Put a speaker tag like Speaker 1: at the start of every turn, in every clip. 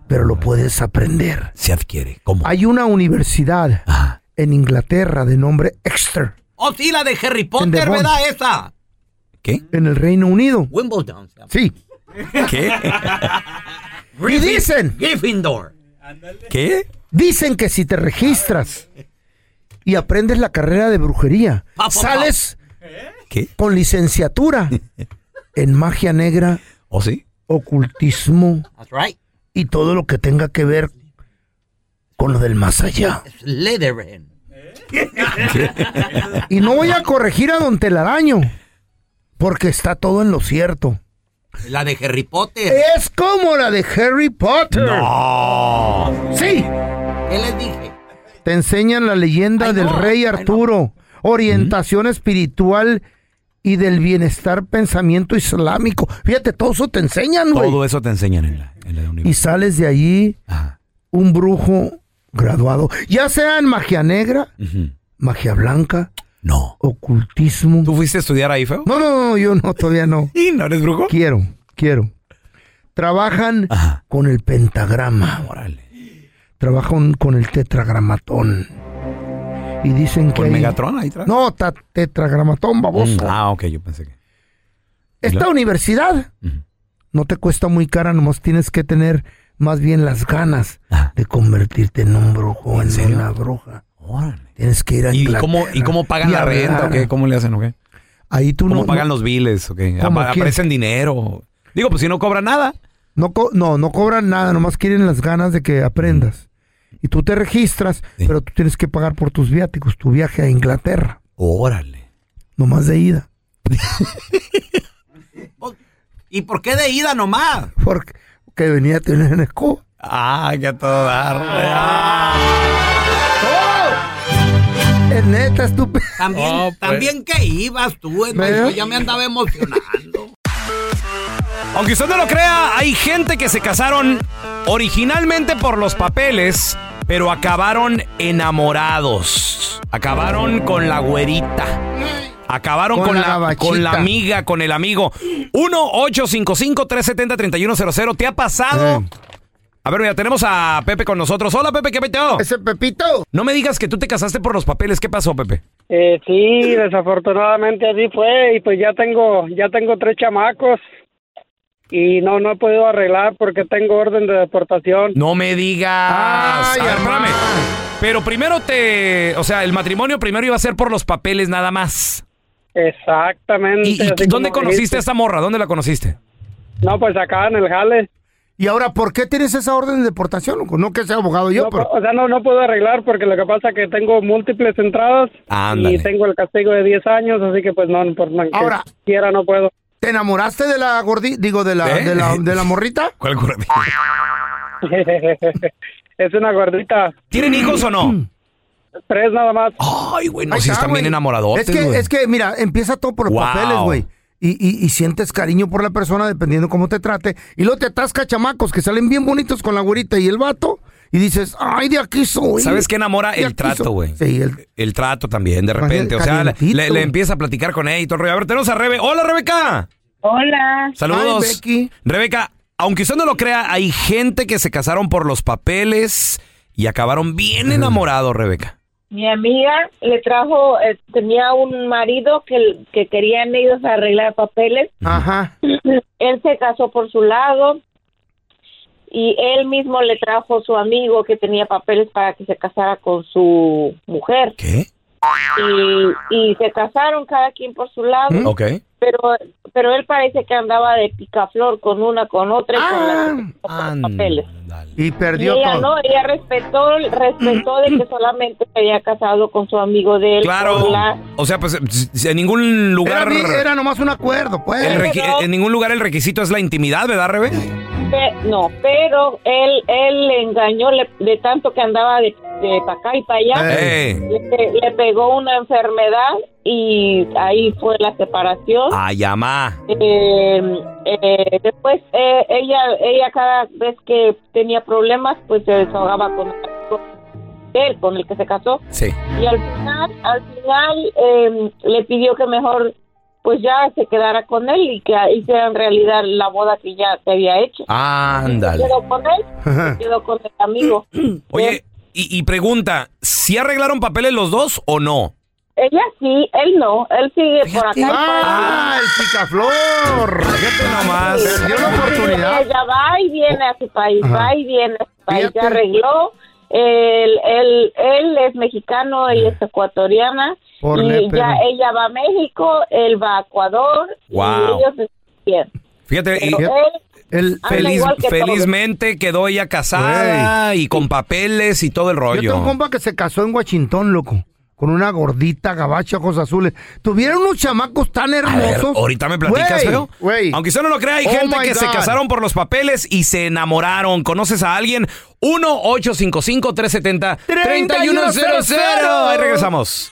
Speaker 1: pero lo puedes aprender.
Speaker 2: se adquiere. ¿Cómo?
Speaker 1: Hay una universidad
Speaker 2: Ah.
Speaker 1: en Inglaterra de nombre Exeter,
Speaker 3: Oh, sí, la de Harry
Speaker 1: En The
Speaker 3: Potter,
Speaker 1: Bond.
Speaker 3: ¿verdad? Esa.
Speaker 2: ¿Qué?
Speaker 1: en el Reino Unido.
Speaker 3: Wimbledon. se llama.
Speaker 1: Sí.
Speaker 2: ¿Qué?
Speaker 1: Y dicen,
Speaker 3: Gryffindor.
Speaker 2: ¿Qué?
Speaker 1: dicen que si te registras y aprendes la carrera de brujería,
Speaker 3: Pa, pa, pa.
Speaker 1: sales
Speaker 2: ¿Qué?
Speaker 1: con licenciatura en magia negra,
Speaker 2: ¿O sí?
Speaker 1: ocultismo
Speaker 3: That's right.
Speaker 1: y todo lo que tenga que ver con lo del más allá.
Speaker 3: Slytherin.
Speaker 1: Y no voy a corregir a Don Telaraño, porque está todo en lo cierto.
Speaker 3: La de Harry
Speaker 2: Eh.
Speaker 3: Potter.
Speaker 1: Es como la de Harry Potter. Sí,
Speaker 3: ¿Qué les dije?
Speaker 1: te enseñan la leyenda
Speaker 3: Ay,
Speaker 1: del
Speaker 3: no,
Speaker 1: rey
Speaker 3: ay, no.
Speaker 1: Arturo, orientación espiritual y del bienestar pensamiento islámico. Fíjate, todo eso te enseñan, güey.
Speaker 2: Todo eso te enseñan en la, en la
Speaker 1: Y
Speaker 2: universidad.
Speaker 1: sales de allí
Speaker 2: Ajá.
Speaker 1: un brujo graduado, ya sea en magia negra,
Speaker 2: Ujú.
Speaker 1: magia blanca,
Speaker 2: No.
Speaker 1: ocultismo.
Speaker 2: ¿Tú fuiste a estudiar ahí, feo?
Speaker 1: No, no, no, yo no, todavía no.
Speaker 2: ¿Y no eres brujo?
Speaker 1: Quiero, quiero. Trabajan
Speaker 2: Ajá.
Speaker 1: con el pentagrama.
Speaker 2: Órale.
Speaker 1: trabajan con el tetragramatón. Y dicen que.
Speaker 2: ¿Con
Speaker 1: hay-
Speaker 2: Megatron ahí atrás?
Speaker 1: No, ta- tetragramatón, baboso.
Speaker 2: Mm, Ah, ok, yo pensé que.
Speaker 1: Esta
Speaker 2: claro.
Speaker 1: universidad
Speaker 2: Ujú.
Speaker 1: no te cuesta muy cara, nomás tienes que tener más bien las ganas
Speaker 2: Ah.
Speaker 1: de convertirte en un brujo, en,
Speaker 2: serio?
Speaker 1: una bruja.
Speaker 2: Órale.
Speaker 1: Tienes que ir a
Speaker 2: ¿Y
Speaker 1: Inglaterra
Speaker 2: cómo, ¿Y cómo pagan
Speaker 1: y
Speaker 2: la
Speaker 1: hablar.
Speaker 2: renta o qué? ¿Cómo le hacen o qué?
Speaker 1: Ahí tú
Speaker 2: ¿Cómo
Speaker 1: no,
Speaker 2: pagan
Speaker 1: no,
Speaker 2: los biles o qué?
Speaker 1: ¿Cómo?
Speaker 2: Apa-
Speaker 1: ¿Quién?
Speaker 2: ¿Aparecen dinero? Digo, pues si no cobran nada.
Speaker 1: no co- no, no cobran nada, nomás quieren las ganas de que aprendas. Y tú te registras,
Speaker 2: Sí.
Speaker 1: pero tú tienes que pagar por tus viáticos, tu viaje a Inglaterra,
Speaker 2: Órale.
Speaker 1: nomás de ida.
Speaker 3: ¿Y por qué de ida nomás?
Speaker 1: Porque que venía a tener en escoba.
Speaker 2: Ah, que a todo dar. Ah.
Speaker 1: ¡Oh! Es neta, estúpido.
Speaker 3: También,
Speaker 2: Oh, pues.
Speaker 3: también que ibas tú, hermano.
Speaker 1: ¿Verdad?
Speaker 3: Yo ya me andaba emocionando.
Speaker 2: Aunque usted no lo crea, hay gente que se casaron originalmente por los papeles, pero acabaron enamorados. Acabaron con la güerita. Acabaron con,
Speaker 4: Con la
Speaker 2: la,
Speaker 4: gabachita.
Speaker 2: con la amiga, con el amigo. 1-855-370-3100. ¿Te ha pasado? A ver, mira, tenemos a Pepe con nosotros. Hola, Pepe, ¿qué peteo?
Speaker 1: Ese Pepito.
Speaker 2: No me digas que tú te casaste por los papeles. ¿Qué pasó, Pepe?
Speaker 5: Eh, sí, desafortunadamente así fue y pues ya tengo ya tengo tres chamacos y no no he podido arreglar porque tengo orden de deportación.
Speaker 2: No me digas. a ver, espérame. Pero primero te. O sea, el matrimonio primero iba a ser por los papeles nada más.
Speaker 5: Exactamente.
Speaker 2: ¿Y, y
Speaker 5: así
Speaker 2: dónde
Speaker 5: como
Speaker 2: conociste
Speaker 5: dijiste.
Speaker 2: a esta morra? ¿Dónde la conociste?
Speaker 5: No, pues acá en el jale.
Speaker 1: ¿Y ahora por qué tienes esa orden de deportación? loco? No que sea abogado yo,
Speaker 5: No,
Speaker 1: pero...
Speaker 5: O sea, no no puedo arreglar porque lo que pasa es que tengo múltiples entradas
Speaker 2: Ándale.
Speaker 5: y tengo el castigo de 10 años, así que pues no por más que
Speaker 1: Ahora.
Speaker 5: quiera no puedo.
Speaker 1: ¿Te enamoraste de la gordi... Digo, de la,
Speaker 2: ¿Eh?
Speaker 1: de la, de la morrita?
Speaker 2: ¿Cuál gordita?
Speaker 5: es una gordita,
Speaker 2: ¿Tienen hijos o no?
Speaker 5: tres nada más.
Speaker 2: Ay, güey, no,
Speaker 1: Mm. Ahí
Speaker 2: si
Speaker 1: está,
Speaker 2: están
Speaker 1: güey.
Speaker 2: bien enamoradotes,
Speaker 1: Es que,
Speaker 2: güey.
Speaker 1: es que, mira, empieza todo por los
Speaker 2: Wow.
Speaker 1: papeles, güey. Y, y, y sientes cariño por la persona dependiendo cómo te trate. Y luego te atasca chamacos que salen bien bonitos con la güerita y el vato. Y dices, ay, de aquí soy.
Speaker 2: ¿Sabes qué enamora?
Speaker 1: De
Speaker 2: El
Speaker 1: aquí
Speaker 2: trato,
Speaker 1: soy.
Speaker 2: güey.
Speaker 1: Sí, el...
Speaker 2: El trato también, de repente. O sea, le,
Speaker 1: Calientito.
Speaker 2: le- le empieza a platicar con ella y todo el rollo. A ver, tenemos a Rebe. ¡Hola, Rebeca!
Speaker 6: Hola.
Speaker 2: Saludos.
Speaker 1: Ay, Becky.
Speaker 2: Rebeca, aunque usted no lo crea, hay gente que se casaron por los papeles y acabaron bien enamorados, Rebeca.
Speaker 6: Mi amiga le trajo, eh, tenía un marido que, que querían ellos arreglar papeles.
Speaker 1: Ajá.
Speaker 6: Él se casó por su lado y él mismo le trajo su amigo que tenía papeles para que se casara con su mujer.
Speaker 2: ¿Qué?
Speaker 6: Y, y se casaron cada quien por su lado,
Speaker 2: Ok.
Speaker 6: pero pero él parece que andaba de picaflor con una, con otra y con la que se casó por los papeles.
Speaker 2: Ándale.
Speaker 1: Y
Speaker 6: Y
Speaker 1: perdió
Speaker 6: ella
Speaker 1: todo.
Speaker 6: no, ella respetó, respetó de que solamente se había casado con su amigo de él.
Speaker 2: Claro.
Speaker 6: por la-
Speaker 2: O sea, pues s- en ningún
Speaker 1: Era,
Speaker 2: lugar.
Speaker 1: bien- era nomás un acuerdo, pues.
Speaker 2: el requi-
Speaker 6: Pero-
Speaker 2: En ningún lugar el requisito es la intimidad, ¿verdad, Rebe?
Speaker 6: pe- no, pero él, él le engañó le- de tanto que andaba de, para acá y para allá.
Speaker 2: Eh.
Speaker 6: Le, pe- le pegó una enfermedad y ahí fue la separación.
Speaker 2: Ay, amá.
Speaker 6: Eh, eh, después eh, ella ella cada vez que tenía problemas pues se desahogaba con el amigo de él con el que se casó
Speaker 2: Sí.
Speaker 6: y al final, al final eh, le pidió que mejor pues ya se quedara con él y que hicieran realidad la boda que ya se había hecho.
Speaker 2: Ándale.
Speaker 6: Quedó con él, quedó con el amigo.
Speaker 2: Oye, y, y pregunta, ¿si arreglaron papeles los dos o no?
Speaker 6: Ella sí, él no, él sigue por acá. y por allá.
Speaker 1: ¡Ah, el picaflor!
Speaker 2: Fíjate nomás.
Speaker 1: Perdió la oportunidad.
Speaker 6: Ella va y viene a su país, va y viene a su país,
Speaker 1: Fíjate.
Speaker 6: ya arregló. Él, él, él es mexicano, ella es ecuatoriana.
Speaker 1: Por
Speaker 6: y
Speaker 1: le-
Speaker 6: ya
Speaker 1: pero-
Speaker 6: ella va a México, él va a Ecuador.
Speaker 2: Wow.
Speaker 6: Y ellos bien.
Speaker 2: Fíjate, y-
Speaker 6: Pero él
Speaker 1: El,
Speaker 6: Anda
Speaker 2: feliz,
Speaker 6: igual que
Speaker 2: felizmente quedó ella casada y con papeles y todo el
Speaker 1: Yo tengo un
Speaker 2: rollo.
Speaker 1: compa que se casó en Washington, loco. Con una gordita, gabacha, ojos azules. Tuvieron unos chamacos tan
Speaker 2: A ver,
Speaker 1: hermosos.
Speaker 2: ahorita me platicas,
Speaker 1: Güey,
Speaker 2: pero
Speaker 1: güey.
Speaker 2: aunque usted no lo crea, hay
Speaker 1: Oh
Speaker 2: gente
Speaker 1: my
Speaker 2: que se
Speaker 1: God.
Speaker 2: casaron por los papeles y se enamoraron. ¿Conoces a alguien? 1-855-370-3100. Ahí regresamos.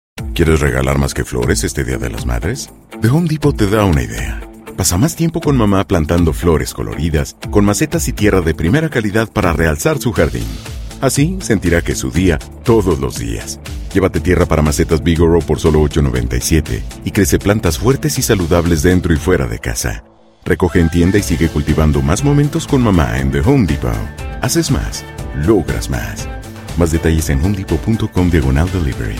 Speaker 7: ¿Quieres regalar más que flores este Día de las Madres? The Home Depot te da una idea. Pasa más tiempo con mamá plantando flores coloridas, con macetas y tierra de primera calidad para realzar su jardín. Así sentirá que es su día todos los días. Llévate tierra para macetas Bigoro por solo $8.97 y crece plantas fuertes y saludables dentro y fuera de casa. Recoge en tienda y sigue cultivando más momentos con mamá en The Home Depot. Haces más, logras más. Más detalles en homedepot.com diagonal delivery.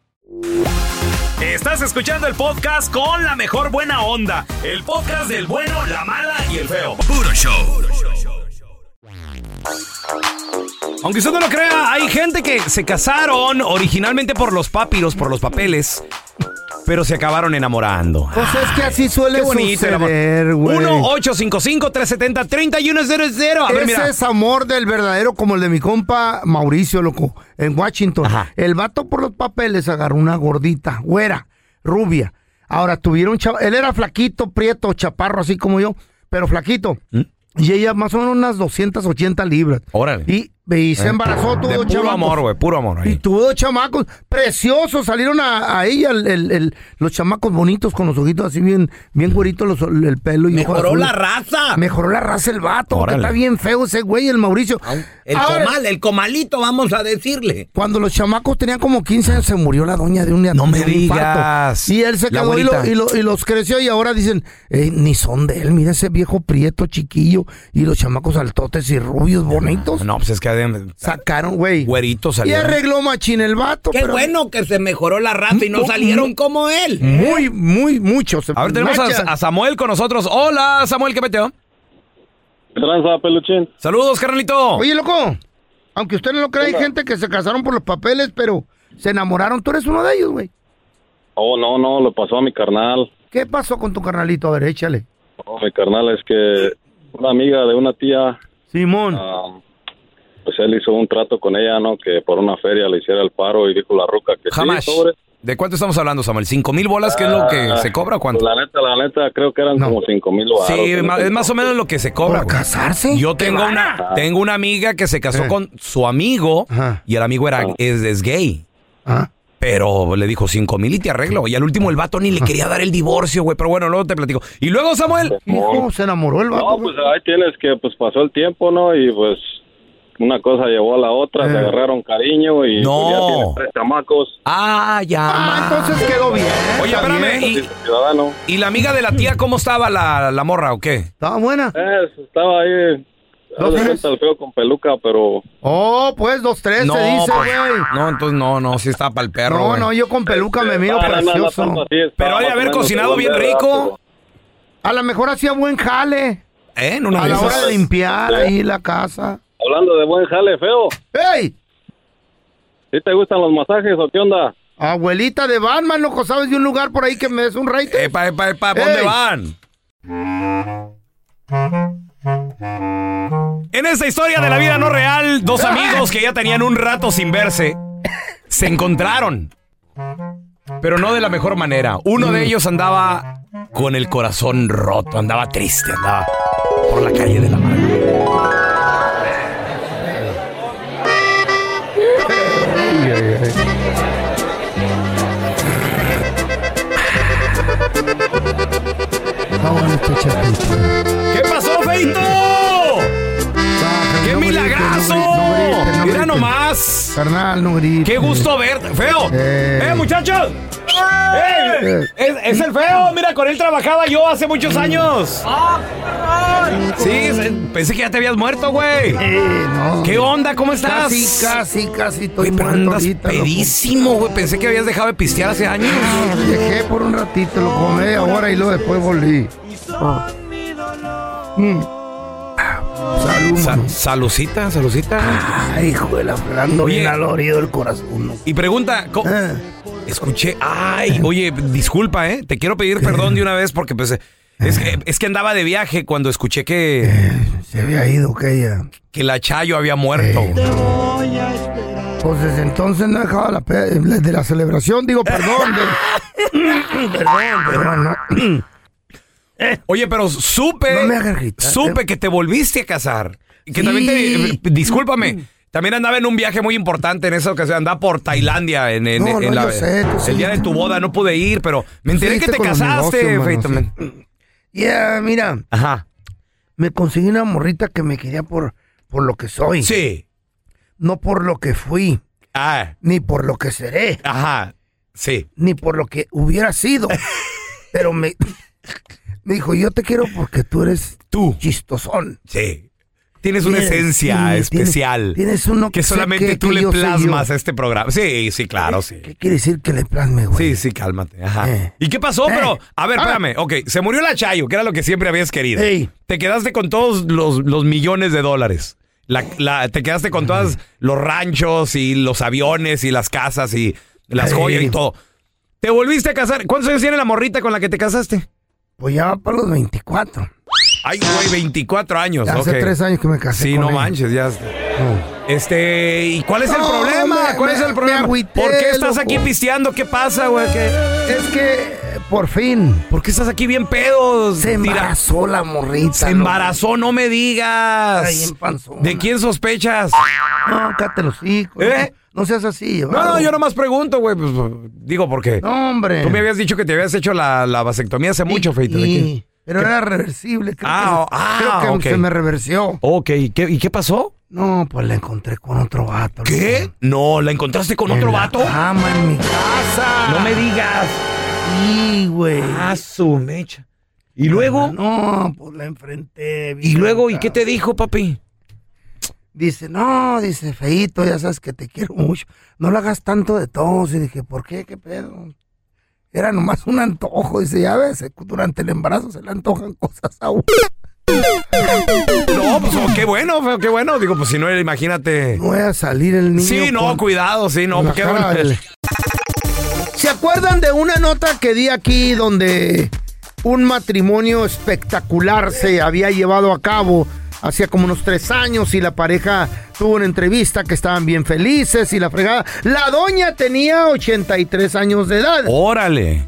Speaker 2: Estás escuchando el podcast con la mejor buena onda. El podcast del bueno, la mala y el feo. Puro show. Aunque usted no lo crea, hay gente que se casaron originalmente por los papiros, por los papeles, pero se acabaron enamorando.
Speaker 1: Pues es que así suele
Speaker 2: Qué bonito el amor.
Speaker 1: suceder, güey.
Speaker 2: 1-855-370-3100. A ver,
Speaker 1: Ese
Speaker 2: mira.
Speaker 1: es amor del verdadero, como el de mi compa Mauricio, loco, en Washington. El vato por los papeles agarró una gordita, güera, rubia. Ahora tuvieron chava- él era flaquito, prieto, chaparro, así como yo, pero flaquito.
Speaker 2: ¿Mm?
Speaker 1: Y ella más o menos unas 280 libras.
Speaker 2: Órale. Eh.
Speaker 1: Y, y se embarazó, tuvo
Speaker 2: De
Speaker 1: dos
Speaker 2: puro
Speaker 1: chamacos.
Speaker 2: amor, güey, puro amor.
Speaker 1: Y tuvo dos chamacos preciosos, salieron a, a ella el- el- el- los chamacos bonitos con los ojitos así bien, bien güeritos, los- el pelo. Y ojos
Speaker 3: Mejoró
Speaker 1: azules.
Speaker 3: la raza.
Speaker 1: Mejoró la raza el vato, que
Speaker 3: Órale. Ah,
Speaker 1: está bien feo ese güey, el Mauricio.
Speaker 3: El
Speaker 1: Ahora-
Speaker 3: comal, el comalito, vamos a decirle.
Speaker 1: Cuando los chamacos tenían como 15 años, se murió la doña de un día. No
Speaker 3: me digas.
Speaker 1: Y él se
Speaker 3: La
Speaker 1: quedó y, lo-
Speaker 3: abuelita.
Speaker 1: y lo- y los creció y ahora dicen, "Ey, ni son de él, mira ese viejo prieto chiquillo y los chamacos altotes y rubios bonitos.
Speaker 2: No, pues es que adem-
Speaker 1: Sacaron, güey.
Speaker 2: Güeritos
Speaker 1: y
Speaker 2: salieron.
Speaker 1: arregló machín el vato.
Speaker 3: Qué bueno que se mejoró la raza y no
Speaker 2: Mm,
Speaker 1: Mu-
Speaker 3: salieron como él.
Speaker 1: Muy, muy, muchos.
Speaker 2: A ver, tenemos a, a Samuel con nosotros. Hola, Samuel, ¿qué peteo?
Speaker 8: Tranza, peluchín.
Speaker 2: Saludos, carnalito.
Speaker 1: Oye, loco, aunque usted no lo crea, hay gente que se casaron por los papeles, pero se enamoraron. Tú eres uno de ellos, güey.
Speaker 8: Oh, no, no, le pasó a mi carnal.
Speaker 1: ¿Qué pasó con tu carnalito? A ver, échale.
Speaker 8: Oh, mi carnal es que una amiga de una tía.
Speaker 1: Simón.
Speaker 8: pues él hizo un trato con ella, ¿no? Que por una feria le hiciera el paro y dijo la ruca que sí,
Speaker 2: Jamás.
Speaker 8: sobre.
Speaker 2: ¿De cuánto estamos hablando, Samuel? ¿Cinco mil bolas? ¿Qué es lo que
Speaker 8: Ah,
Speaker 2: se cobra o cuánto?
Speaker 8: La neta, la neta, creo que eran como cinco mil baros.
Speaker 2: Sí, ma- es más o menos lo que se cobra. ¿Para
Speaker 1: casarse? Eh.
Speaker 2: Yo tengo una, tengo una amiga que se casó con su amigo y el amigo
Speaker 8: Ah.
Speaker 2: era es, es gay.
Speaker 1: Ah.
Speaker 2: Pero le dijo cinco mil y te arreglo. Y al último el vato ni le quería dar el divorcio, güey. Pero bueno, luego te platico. Y luego, Samuel.
Speaker 9: Oh.
Speaker 1: Hijo, se enamoró el
Speaker 8: No, pues ahí tienes que, pues pasó el tiempo, ¿no? Y pues una cosa llevó a la otra, se agarraron cariño y
Speaker 2: Eh. No.
Speaker 8: pues, ya tiene tres chamacos.
Speaker 2: Ah, ya.
Speaker 1: entonces quedó Ah, bien.
Speaker 2: Oye, espérame. ¿Y,
Speaker 8: Ciudadano.
Speaker 2: y la amiga de la tía cómo estaba la, la morra o qué?
Speaker 1: ¿Estaba buena?
Speaker 8: estaba ahí. Haz de cuenta el feo con peluca, pero...
Speaker 1: Oh, pues dos, tres,
Speaker 2: No,
Speaker 1: se dice,
Speaker 2: pues,
Speaker 1: güey.
Speaker 8: ah,
Speaker 2: no, entonces no, no, sí estaba para el perro.
Speaker 1: No,
Speaker 2: güey.
Speaker 1: no, yo con peluca me miro
Speaker 8: Ah, No, no, no, no,
Speaker 1: precioso.
Speaker 8: tanto así estaba
Speaker 2: Pero ha de
Speaker 8: más o
Speaker 2: haber
Speaker 8: menos
Speaker 2: cocinado
Speaker 8: igual
Speaker 2: bien
Speaker 8: de edad,
Speaker 2: rico.
Speaker 1: A lo mejor hacía buen jale.
Speaker 2: ¿Eh? En
Speaker 1: a
Speaker 2: de
Speaker 1: la
Speaker 2: esas.
Speaker 1: hora de limpiar
Speaker 8: Sí.
Speaker 1: ahí la casa.
Speaker 8: pero Hablando de buen jale, feo.
Speaker 1: ¡Ey!
Speaker 8: ¿Sí te gustan los masajes o qué onda?
Speaker 1: Abuelita de Batman, loco, ¿sabes de un lugar por ahí que me des un rating?
Speaker 2: Epa, epa, epa,
Speaker 1: Ey.
Speaker 2: ¿dónde van? En esta historia de la vida no real, dos amigos que ya tenían un rato sin verse se encontraron. Pero no de la mejor manera. Uno
Speaker 1: Mm.
Speaker 2: de ellos andaba con el corazón roto, andaba triste, andaba por la calle de la mano.
Speaker 1: este
Speaker 2: ¿Qué pasó, Feito? ¡Qué milagrazo! Mira nomás.
Speaker 1: Carnal, no grites.
Speaker 2: ¡Qué gusto verte! ¡Feo! ¡Eh, muchachos! ¡Ey! Es, es el feo, mira, con él trabajaba yo hace muchos años. Sí, es- pensé que ya te habías muerto, güey.
Speaker 1: Eh,
Speaker 2: ¿Qué onda? ¿Cómo estás?
Speaker 1: Casi, casi, casi estoy
Speaker 2: Güey, pero
Speaker 1: muerto
Speaker 2: andas
Speaker 1: ahorita, loco.
Speaker 2: pedísimo, güey. Pensé que habías dejado de pistear hace años.
Speaker 1: Dejé por un ratito, lo comé ahora y luego después volví. Oh. Mm. Salud, mano.
Speaker 2: Salucita, salucita.
Speaker 1: Ay, hijo de la Fernando,
Speaker 2: Oye.
Speaker 1: bien adorido el corazón. loco.
Speaker 2: Y pregunta, co-
Speaker 1: Eh.
Speaker 2: escuché, ay, oye, disculpa, ¿eh? Te quiero pedir perdón de una vez porque
Speaker 1: Ah.
Speaker 2: pues, eh, es, que, es que andaba de viaje cuando escuché que,
Speaker 1: Eh. Se había ido aquella.
Speaker 2: que la Chayo había muerto.
Speaker 1: Eh. Pues desde entonces no he dejado la pe- de la celebración, digo, perdón. de- perdón, perdón, no.
Speaker 2: Oye, pero supe,
Speaker 1: No me hagas gritar, eh.
Speaker 2: supe que te volviste a casar. Y Que
Speaker 1: Sí. Mm.
Speaker 2: también te, eh, discúlpame, También andaba en un viaje muy importante en esa ocasión. Andaba por Tailandia en, en-
Speaker 1: No,
Speaker 2: en
Speaker 1: no,
Speaker 2: la-
Speaker 1: yo sé, tú
Speaker 2: el
Speaker 1: sí.
Speaker 2: día de tu boda. No pude ir, pero me enteré que
Speaker 1: Fuiste
Speaker 2: te
Speaker 1: con los
Speaker 2: casaste,
Speaker 1: negocios,
Speaker 2: Feito.
Speaker 1: mano, Yeah, mira.
Speaker 2: Ajá.
Speaker 1: Me conseguí una morrita que me quería por, por lo que soy.
Speaker 2: Sí.
Speaker 1: No por lo que fui.
Speaker 2: Ah.
Speaker 1: Ni por lo que seré.
Speaker 2: Ajá. Sí.
Speaker 1: Ni por lo que hubiera sido. Pero me, me dijo, yo te quiero porque tú eres
Speaker 2: tú.
Speaker 1: chistosón.
Speaker 2: Sí. Tienes una esencia
Speaker 1: sí, tienes-
Speaker 2: especial.
Speaker 1: tienes uno
Speaker 2: que
Speaker 1: que sé
Speaker 2: solamente
Speaker 1: que-
Speaker 2: tú
Speaker 1: que
Speaker 2: le
Speaker 1: yo soy
Speaker 2: plasmas
Speaker 1: yo.
Speaker 2: a este programa. Sí, sí, claro, sí.
Speaker 1: ¿Qué Eh. quiere decir que le plasme, güey?
Speaker 2: Sí, sí, cálmate. Ajá. ¿Y qué pasó? Pero, a ver, espérame. Ok, se murió la Chayo, que era lo que siempre habías querido. Te quedaste con todos los, los millones de dólares. La- la- te quedaste con todos los ranchos y los aviones y las casas y las
Speaker 1: Ey.
Speaker 2: joyas y todo. Te volviste a casar. ¿Cuántos años tiene la morrita con la que te casaste?
Speaker 1: Pues ya va para los 24.
Speaker 2: Ay, güey, 24 años.
Speaker 1: Ah. Hace
Speaker 2: Pues ok.
Speaker 1: tres años que me casé
Speaker 2: Sí,
Speaker 1: con
Speaker 2: no
Speaker 1: ella.
Speaker 2: manches, ya. Este, ¿y cuál es el
Speaker 1: No,
Speaker 2: problema?
Speaker 1: me-
Speaker 2: ¿Cuál es
Speaker 1: me-
Speaker 2: el problema?
Speaker 1: me agüité,
Speaker 2: ¿Por qué estás
Speaker 1: loco.
Speaker 2: aquí pisteando? ¿Qué pasa, güey? ¿Qué?
Speaker 1: Es que por fin.
Speaker 2: ¿Por qué estás aquí bien pedo?
Speaker 1: Se embarazó la morrita.
Speaker 2: Se embarazó, no me digas.
Speaker 1: Ahí en panzona.
Speaker 2: ¿De quién sospechas?
Speaker 1: No, cállate los hijos.
Speaker 2: ¿Eh?
Speaker 1: No seas así,
Speaker 2: No, no, yo nomás pregunto, güey. pues, digo, porque.
Speaker 1: No, hombre.
Speaker 2: Tú me habías dicho que te habías hecho la, la vasectomía hace mucho, Feito. ¿de
Speaker 1: Y-
Speaker 2: qué?
Speaker 1: pero era reversible. Creo
Speaker 2: Ah,
Speaker 1: que,
Speaker 2: oh, ah,
Speaker 1: creo que
Speaker 2: ok.
Speaker 1: se me reversió.
Speaker 2: Ok, ¿y qué, y qué pasó?
Speaker 1: No, pues la encontré con otro vato.
Speaker 2: ¿Qué? No, ¿la encontraste con
Speaker 1: En
Speaker 2: otro
Speaker 1: la
Speaker 2: vato?
Speaker 1: cama, en mi casa.
Speaker 2: No me digas.
Speaker 1: Sí, güey.
Speaker 2: Ah, su mecha. ¿Y luego?
Speaker 1: No, pues la enfrenté.
Speaker 2: ¿Y luego? ¿Y qué te dijo, papi?
Speaker 1: Dice, no, dice, feito, ya sabes que te quiero mucho. No lo hagas tanto de todos. Y dije, ¿por qué? ¿Qué pedo? Era nomás un antojo. Dice, ya ves, durante el embarazo se le antojan cosas a uno.
Speaker 2: No, pues oh, qué bueno, feo, qué bueno. Digo, pues si no, imagínate.
Speaker 1: No voy a salir el niño.
Speaker 2: Sí, no,
Speaker 1: con-
Speaker 2: cuidado, sí, no, pues,
Speaker 1: con la
Speaker 2: qué
Speaker 1: cara
Speaker 2: bueno.
Speaker 1: del- ¿Se acuerdan de una nota que di aquí donde un matrimonio espectacular se había llevado a cabo? Hacía como unos tres años y la pareja tuvo una entrevista que estaban bien felices y la fregada. La doña tenía 83 años de edad
Speaker 2: Oh. Órale.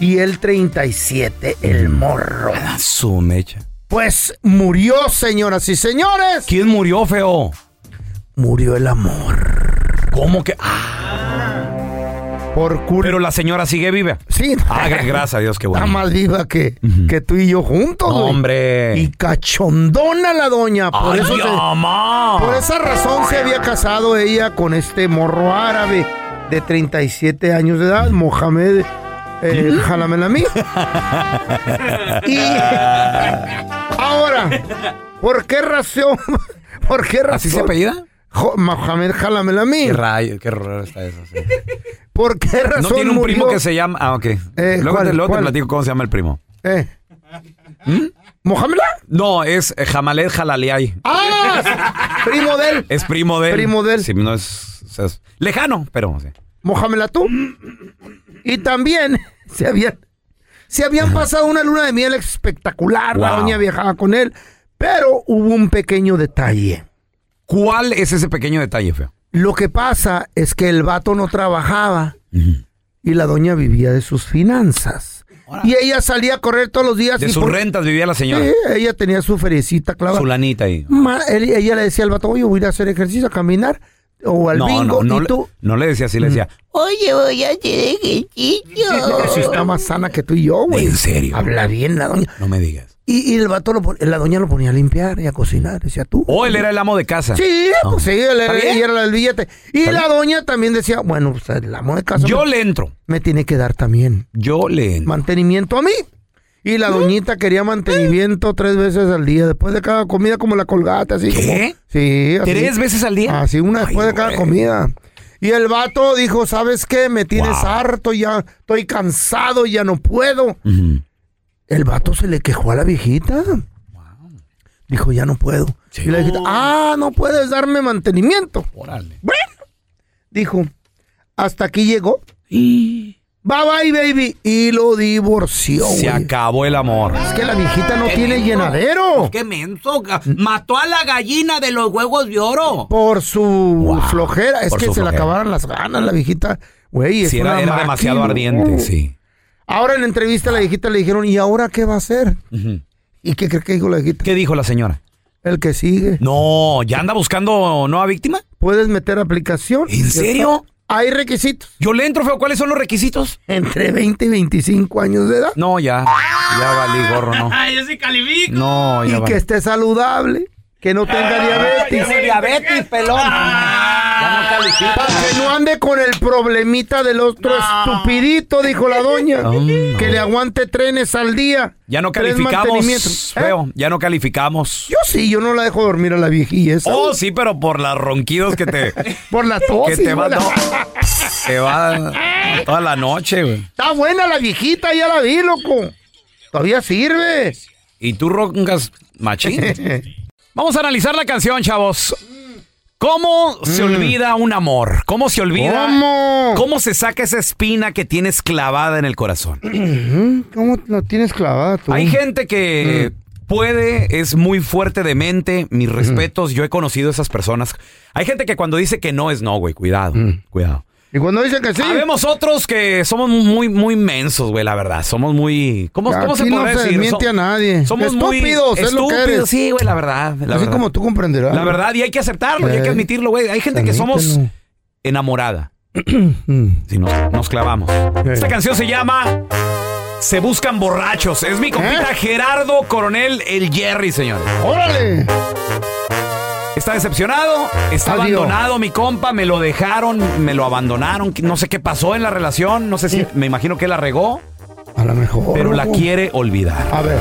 Speaker 1: y él 37, el morro.
Speaker 2: Ah, su mecha.
Speaker 1: Pues murió, señoras y señores.
Speaker 2: ¿Quién murió, feo?
Speaker 1: Murió el amor.
Speaker 2: ¿Cómo que? Ah.
Speaker 1: Por culpa.
Speaker 2: Pero la señora sigue viva.
Speaker 1: Sí.
Speaker 2: Ah, gra- gracias a Dios, qué
Speaker 1: Está
Speaker 2: bueno.
Speaker 1: más viva que, que tú y yo juntos, güey.
Speaker 2: Hombre.
Speaker 1: Y cachondona la doña. Por,
Speaker 2: Ay,
Speaker 1: eso se-
Speaker 2: ama.
Speaker 1: por esa razón se había casado ella con este morro árabe de 37 años de edad, Mohamed eh,
Speaker 2: ¿Mm?
Speaker 1: Jalamelami. y ahora, ¿por qué razón? ¿Por qué razón?
Speaker 2: ¿Así se apellida?
Speaker 1: Jo- Mohamed Jalamelami.
Speaker 2: Qué rayo, qué raro está eso. sí.
Speaker 1: ¿Por qué razón
Speaker 2: ¿No tiene un
Speaker 1: murió?
Speaker 2: primo que se llama? Ah, ok.
Speaker 1: Eh,
Speaker 2: luego
Speaker 1: ¿cuál,
Speaker 2: te, luego te
Speaker 1: cuál?
Speaker 2: platico cómo se llama el primo.
Speaker 1: Eh.
Speaker 2: ¿Mm?
Speaker 1: ¿Mohamed?
Speaker 2: No, es eh, Jamaled Jalaliay.
Speaker 1: ¡Ah! Primo de él.
Speaker 2: Es primo de él.
Speaker 1: Primo de él.
Speaker 2: Sí, no es, o sea, es lejano, pero sí.
Speaker 1: Mohamed tú. Y también se habían, se habían pasado una luna de miel espectacular. La
Speaker 2: Wow.
Speaker 1: doña viajaba con él. Pero hubo un pequeño detalle.
Speaker 2: ¿Cuál es ese pequeño detalle, feo?
Speaker 1: Lo que pasa es que el vato no trabajaba y la doña vivía de sus finanzas. Y ella salía a correr todos los días.
Speaker 2: De
Speaker 1: y
Speaker 2: sus
Speaker 1: por- Ah,
Speaker 2: rentas vivía la señora.
Speaker 1: Sí, ella tenía su feriecita clavada.
Speaker 2: Su lanita ahí.
Speaker 1: Ma- él- ella le decía al vato, oye, voy a ir a hacer ejercicio, a caminar o al
Speaker 2: no, no,
Speaker 1: bingo.
Speaker 2: no,
Speaker 1: y
Speaker 2: le-
Speaker 1: tú,
Speaker 2: no le decía así, le decía.
Speaker 1: Oye, voy a hacer ejercicio. Sí, está más sana que tú y yo, güey.
Speaker 2: Ah. En serio.
Speaker 1: Habla bien la doña.
Speaker 2: No me digas.
Speaker 1: Y, y el vato, lo pon- la doña lo ponía a limpiar y a cocinar. Decía tú.
Speaker 2: O Oh, él era Ah. el amo de casa.
Speaker 1: Sí,
Speaker 2: No.
Speaker 1: pues sí, él
Speaker 2: ¿Está
Speaker 1: era,
Speaker 2: bien?
Speaker 1: ella era el billete. Y la doña también decía, bueno, pues el amo de casa
Speaker 2: Yo
Speaker 1: me,
Speaker 2: le entro.
Speaker 1: me tiene que dar también
Speaker 2: Yo le entro.
Speaker 1: mantenimiento a mí. Y la doñita quería mantenimiento tres veces al día, después de cada comida como la colgate, así
Speaker 2: ¿Qué?
Speaker 1: como- sí, así.
Speaker 2: ¿Tres veces al día?
Speaker 1: Así, una después de cada comida. Y el vato dijo, ¿sabes qué? Me tienes
Speaker 2: Wow.
Speaker 1: harto, ya estoy cansado, ya no puedo. El vato se le quejó a la viejita. Dijo, ya no puedo. Y la viejita, ah, no puedes darme mantenimiento.
Speaker 2: Órale.
Speaker 1: Bueno, dijo, hasta aquí llegó. Bye bye, baby. Y lo divorció.
Speaker 2: Se
Speaker 1: güey.
Speaker 2: acabó el amor.
Speaker 1: Es que la viejita no tiene llenadero.
Speaker 3: ¡Qué menso! ca- Mató a la gallina de los huevos de oro.
Speaker 1: Por su flojera. Es
Speaker 2: por
Speaker 1: que
Speaker 2: su
Speaker 1: se le
Speaker 2: flojera.
Speaker 1: acabaron las ganas la viejita. Güey, es
Speaker 2: Sí,
Speaker 1: una
Speaker 2: era, era
Speaker 1: máquina.
Speaker 2: demasiado ardiente, sí.
Speaker 1: Ahora en la entrevista a la viejita le dijeron, ¿y ahora qué va a hacer? ¿Y qué cree que dijo la viejita?
Speaker 2: ¿Qué dijo la señora?
Speaker 1: El que sigue.
Speaker 2: No, ¿ya anda buscando nueva víctima?
Speaker 1: Puedes meter aplicación.
Speaker 2: ¿En serio?
Speaker 1: Hay requisitos.
Speaker 2: Yo le entro, feo. ¿Cuáles son los requisitos?
Speaker 1: Entre 20 y 25 años de edad.
Speaker 2: No, ya. Ya valí gorro, no.
Speaker 10: Yo sí califico.
Speaker 2: No, ya
Speaker 1: y
Speaker 2: va. Ah,
Speaker 1: que esté saludable, que no tenga diabetes.
Speaker 3: Tiene diabetes, pelón. Ya no califica.
Speaker 1: Que no ande con el problemita del otro estupidito, dijo la doña. Que le aguante trenes al día.
Speaker 2: Ya no
Speaker 1: Tres mantenimientos.
Speaker 2: calificamos,
Speaker 1: ¿Eh?
Speaker 2: feo. Ya no calificamos.
Speaker 1: Yo sí, yo no la dejo dormir a la viejilla esa.
Speaker 2: Oh, sí, pero por las ronquidos que te,
Speaker 1: Por la
Speaker 2: que
Speaker 1: tos.
Speaker 2: te va,
Speaker 1: hijo de Oh, la-
Speaker 2: no, te va toda la noche, güey.
Speaker 1: Está buena la viejita, ya la vi, loco. Todavía sirve.
Speaker 2: Y tú roncas machín. Vamos a analizar la canción, chavos. ¿Cómo se olvida un amor? ¿Cómo se olvida?
Speaker 1: Mm. ¿Cómo?
Speaker 2: ¿Cómo se saca esa espina que tienes clavada en el corazón?
Speaker 1: Ujú, ¿Cómo lo tienes clavada tú?
Speaker 2: Hay gente que
Speaker 1: Mm.
Speaker 2: puede, es muy fuerte de mente, mis respetos, yo he conocido esas personas. Hay gente que cuando dice que no es no, güey, cuidado, cuidado.
Speaker 1: Y cuando dicen que Mm. sí.
Speaker 2: Sabemos otros que somos muy, muy mensos, güey, la verdad. Somos muy. ¿Cómo,
Speaker 1: Ya,
Speaker 2: Pues, cómo se
Speaker 1: aquí no
Speaker 2: podría
Speaker 1: se
Speaker 2: decir?
Speaker 1: miente
Speaker 2: So-
Speaker 1: a nadie.
Speaker 2: Somos muy
Speaker 1: Estúpidos, es lo que eres.
Speaker 2: estúpidos, sí, güey, la verdad. La
Speaker 1: Así
Speaker 2: verdad.
Speaker 1: como tú comprenderás.
Speaker 2: La verdad, y hay que aceptarlo, y hay que
Speaker 1: Eh,
Speaker 2: admitirlo, güey. Hay gente que somos
Speaker 1: admítelo.
Speaker 2: enamorada.
Speaker 1: Mm.
Speaker 2: si nos, nos clavamos. Esta canción se llama Se buscan borrachos. Es mi compita
Speaker 1: ¿Eh?
Speaker 2: Gerardo Coronel el Jerry, señores.
Speaker 1: ¡Órale!
Speaker 2: Está decepcionado, está
Speaker 1: Adiós.
Speaker 2: abandonado mi compa, me lo dejaron, me lo abandonaron, no sé qué pasó en la relación, no sé si me imagino que la regó,
Speaker 1: A lo mejor.
Speaker 2: pero la
Speaker 1: loco.
Speaker 2: quiere olvidar.
Speaker 1: A ver.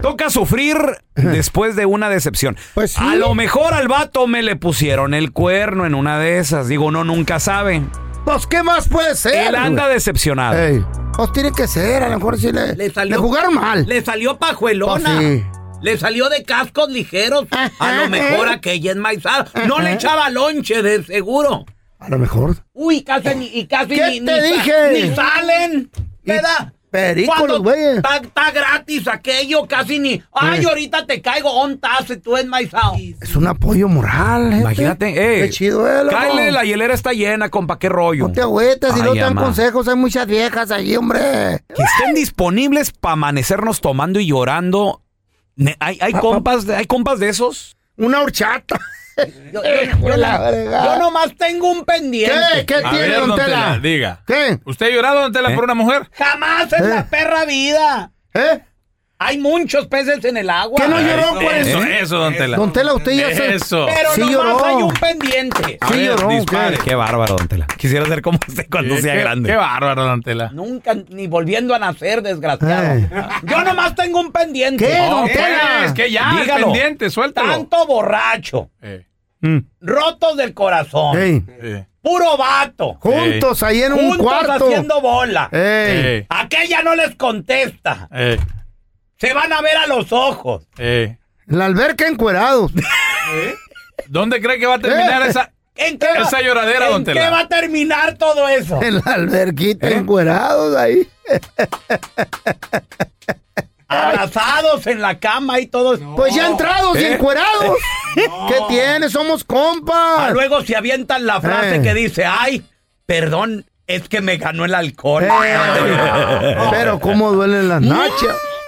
Speaker 2: Toca sufrir después de una decepción.
Speaker 1: Pues
Speaker 2: A lo mejor al vato me le pusieron el cuerno en una de esas. Digo, no, nunca sabe.
Speaker 1: Pues, ¿qué más puede ser?
Speaker 2: Él anda
Speaker 1: güey?
Speaker 2: decepcionado.
Speaker 1: Ey, Pues tiene que ser, a lo mejor sí le, le, jugaron mal.
Speaker 3: Le salió pajuelona.
Speaker 1: Pues sí.
Speaker 3: Le salió de cascos ligeros. A lo mejor aquella enmaizada. No le echaba lonche, de seguro.
Speaker 1: A lo mejor.
Speaker 3: Uy, casi ni, y casi
Speaker 1: ¿Qué
Speaker 3: ni,
Speaker 1: te
Speaker 3: ni sa-
Speaker 1: dije?
Speaker 3: ni salen, ¿verdad?
Speaker 1: pericos
Speaker 3: Cuando
Speaker 1: los güeyes.
Speaker 3: Está está gratis aquello, casi ni. Ay,
Speaker 1: Eh.
Speaker 3: ahorita te caigo, ontas, tú enmaizado.
Speaker 1: Es un apoyo moral, gente.
Speaker 2: Imagínate, eh.
Speaker 1: Qué chido, eh, loco.
Speaker 2: Cáele, la hielera está llena, compa, qué rollo.
Speaker 1: No te agüites, si
Speaker 2: Ay,
Speaker 1: no te dan
Speaker 2: ama.
Speaker 1: consejos, hay muchas viejas allí, hombre.
Speaker 2: Que estén disponibles para amanecernos tomando y llorando. Ne- Hay,
Speaker 1: Ah,
Speaker 2: hay compas, de- hay compas de esos.
Speaker 1: Una horchata.
Speaker 3: Yo, yo- yo la- yo nomás tengo un pendiente.
Speaker 1: ¿Qué? ¿Qué tiene, don Tela?
Speaker 11: diga.
Speaker 1: ¿Qué?
Speaker 11: ¿Usted ha llorado, don Tela,
Speaker 2: ¿Eh?
Speaker 11: por una mujer?
Speaker 3: Jamás en la perra vida.
Speaker 1: ¿Eh?
Speaker 3: Hay muchos peces en el agua.
Speaker 1: ¿Qué no lloró por
Speaker 11: Eso,
Speaker 1: ¿Eh?
Speaker 11: eso, don Tela.
Speaker 1: Don Tela, usted ya se...
Speaker 11: Eso.
Speaker 3: Pero
Speaker 1: Sí
Speaker 3: nomás
Speaker 1: lloró.
Speaker 3: hay un pendiente.
Speaker 11: A
Speaker 1: Sí
Speaker 11: ver,
Speaker 1: lloró,
Speaker 11: dispare.
Speaker 2: Qué bárbaro, don Tela. Quisiera ser como usted cuando
Speaker 11: Eh,
Speaker 2: sea
Speaker 11: qué-
Speaker 2: grande.
Speaker 11: Qué bárbaro, don Tela.
Speaker 3: Nunca ni volviendo a nacer, desgraciado. Yo nomás tengo un pendiente.
Speaker 1: Eh. ¿Qué, don
Speaker 11: Pues,
Speaker 1: Tela?
Speaker 11: es que ya, el
Speaker 3: Dígalo.
Speaker 11: pendiente, suéltalo.
Speaker 3: Tanto borracho,
Speaker 11: Eh,
Speaker 3: rotos del corazón,
Speaker 1: Ey,
Speaker 11: eh,
Speaker 3: puro vato,
Speaker 1: juntos ahí en un
Speaker 3: juntos
Speaker 1: cuarto.
Speaker 3: haciendo bola.
Speaker 1: Ey,
Speaker 11: eh,
Speaker 3: Aquella no les contesta.
Speaker 11: eh,
Speaker 3: Se van a ver a los ojos.
Speaker 11: eh.
Speaker 1: en la alberca encuerados.
Speaker 11: ¿Dónde cree que va a terminar
Speaker 1: Eh.
Speaker 11: esa?
Speaker 3: ¿En qué,
Speaker 11: Esa
Speaker 3: va,
Speaker 11: lloradera,
Speaker 3: en
Speaker 11: don Tela.
Speaker 3: qué va a terminar todo eso?
Speaker 1: En la alberquita encuerados ahí.
Speaker 3: Abrazados en la cama y todo.
Speaker 1: Pues ya entrados y
Speaker 11: ¿Eh?
Speaker 1: encuerados. ¿Qué tiene? Somos
Speaker 3: Ah,
Speaker 1: compas.
Speaker 3: luego se avientan la frase
Speaker 1: Eh.
Speaker 3: que dice, ay, perdón, es que me ganó el alcohol.
Speaker 1: Ey, Pero cómo duelen las nachas.